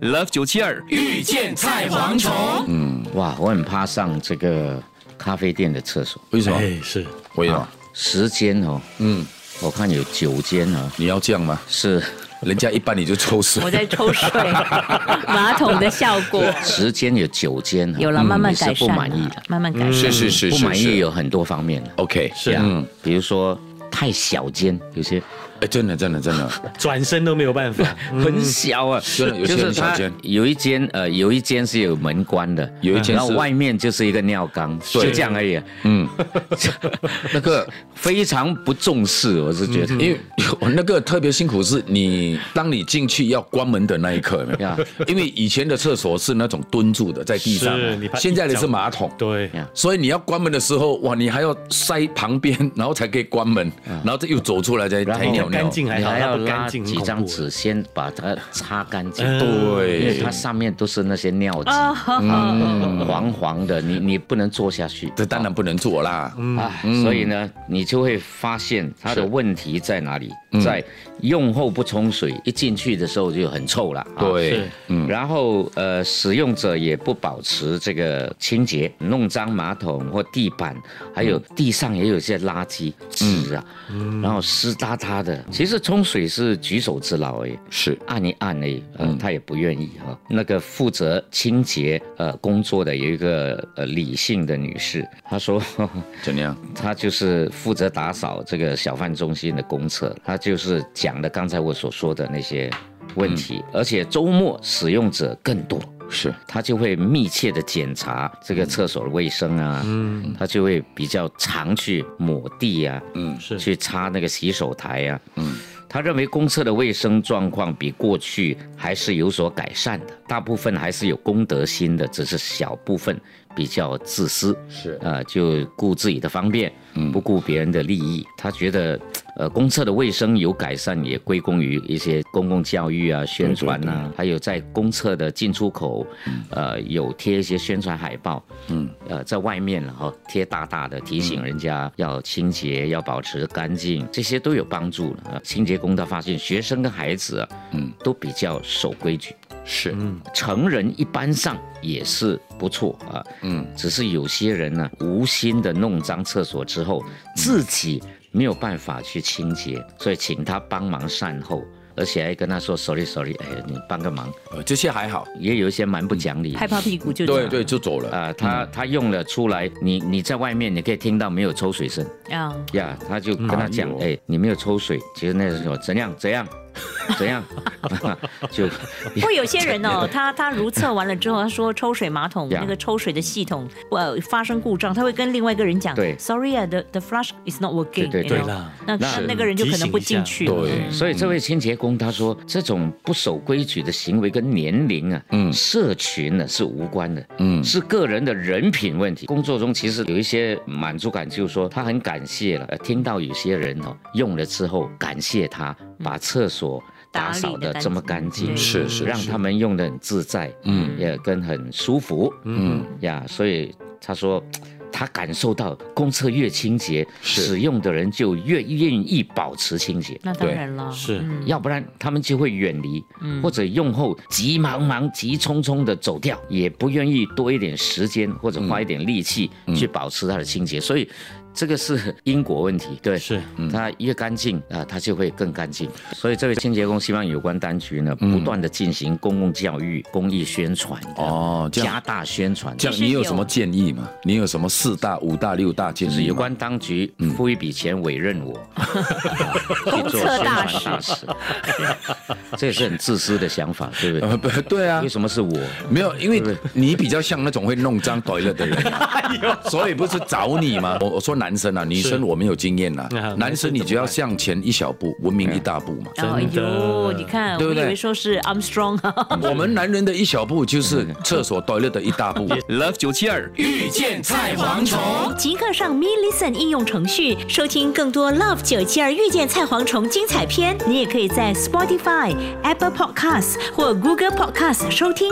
Love 九七二遇见菜蝗虫，嗯，哇，我很怕上这个咖啡店的厕所，为什么？哎，是我也有啊，十间哦，嗯，我看有九间哦，你要这样吗？是人家一般你就抽水我，在抽水，马桶的效果十间有九间哦，有了，嗯慢慢你是改不善了，满意的，慢慢改善。嗯是是是不是满意是有很多方面的， ，OK，是啊嗯，比如说太小间，有些哎，真的真的真的，转身都没有办法。很小啊，真嗯的有些很小间它有一间呃，有一间是有门关的，有一间然后是外面就是一个尿缸，就对这样而已啊， 嗯，那个，非常不重视，我是觉得，因为我那个特别辛苦是你，当你进去要关门的那一刻，有没有呀因为以前的厕所是那种蹲住的，在地上是你，怕现在的一是脚马桶，对，呀所以你要关门的时候，哇，你还要塞旁边，然后才可以关门，然后再又走出来再然后才尿干尿。净还你好，还要它不拉干净，几很恐张怖纸，先把它擦干净，嗯对因为它上面都是那些尿渍，哦，好好嗯黄黄的，你你不能坐下去。这当然不能做啦，嗯啊，所以呢，你就会发现它的是问题在哪里，嗯在用后不冲水，一进去的时候就很臭了。啊，对是，嗯，然后呃，使用者也不保持这个清洁，弄脏马桶或地板，还嗯有地上也有一些垃圾纸啊，然后湿哒哒的。其实冲水是举手之劳哎而已。是按一按而已，呃，他也不愿意哈、那个负责清洁呃工作的有一个呃理性的女士，她说 怎样？她就是负责打扫这个小贩中心的公厕，她就是讲的刚才我所说的那些问题，而且周末使用者更多。是她就会密切的检查这个厕所的卫生啊，嗯，他就会比较常去抹地啊，是去擦那个洗手台呀、嗯，他认为公厕的卫生状况比过去还是有所改善的，大部分还是有公德心的，只是小部分比较自私，是呃，就顾自己的方便，不顾别人的利益。他觉得，呃，公厕的卫生有改善，也归功于一些公共教育啊、宣传呐、还有在公厕的进出口，呃，有贴一些宣传海报，嗯，呃，在外面然后贴大大的提醒人家要清洁、要保持干净，这些都有帮助了。呃清洁工他发现，学生跟孩子啊，嗯，都比较守规矩。是，成人一般上也是不错啊，嗯，只是有些人呢、无心的弄脏厕所之后，自己没有办法去清洁，所以请他帮忙善后，而且还跟他说 sorry sorry，哎，你帮个忙，呃这些还好，也有一些蛮不讲理的拍。拍屁股就这对样对，就走了。啊、他他用了出来，你你在外面你可以听到没有抽水声啊，呀他就跟他讲，哎、哎你没有抽水，其实那时候怎样怎样怎样， 就不过有些人哦，他他如厕完了之后，他说抽水马桶 Yeah 那个抽水的系统呃发生故障，他会跟另外一个人讲对，sorry 啊，the the flush is not working，对对 you 对 know 啦，那那是那个人就可能不进去了。嗯对，所以这位清洁工他说，这种不守规矩的行为跟年龄啊，嗯社群呢、是无关的，嗯是个人的人品问题。工作中其实有一些满足感，就是说他很感谢了，呃听到有些人哦用了之后感谢他把厕所嗯打扫打理的得这么干净，干净是是让是他们用的很自在，嗯也跟很舒服，嗯呀，所以他说。他感受到公厕越清洁，是使用的人就越愿意保持清洁。那当然了，是嗯要不然他们就会远离，嗯或者用后急忙忙、急匆匆的走掉，也不愿意多一点时间或者花一点力气嗯去保持它的清洁，所以。这个是因果问题，对，是，嗯它越干净啊、它就会更干净。所以这位清洁工希望有关当局呢，嗯不断的进行公共教育、公益宣传，哦这样加大宣传，这样你有什么建议吗？你有什么四大、五大、六大建议就吗？是有关当局付一笔钱委任我、 去做宣传大使， 这也是很自私的想法，对不对？呃不 对啊为，什么是我？没有，因为你比较像那种会弄脏 toilet 的 人啊、所以不是找你吗？我我说男生啊，女生我没有经验啦、啊男生你只要向前一小步，文明一大步 嘛。然后哎真的呦，你看，对我不以对为说是 Armstrong，啊我们男人的一小步就是厕所 toilet 的一大 步。 Love 九七二遇见菜蝗虫。即刻上 Me Listen 应用程序收听更多 Love 九七二遇见菜蝗虫精彩片。你也可以在 Spotify、Apple Podcasts 或 Google Podcasts 收听。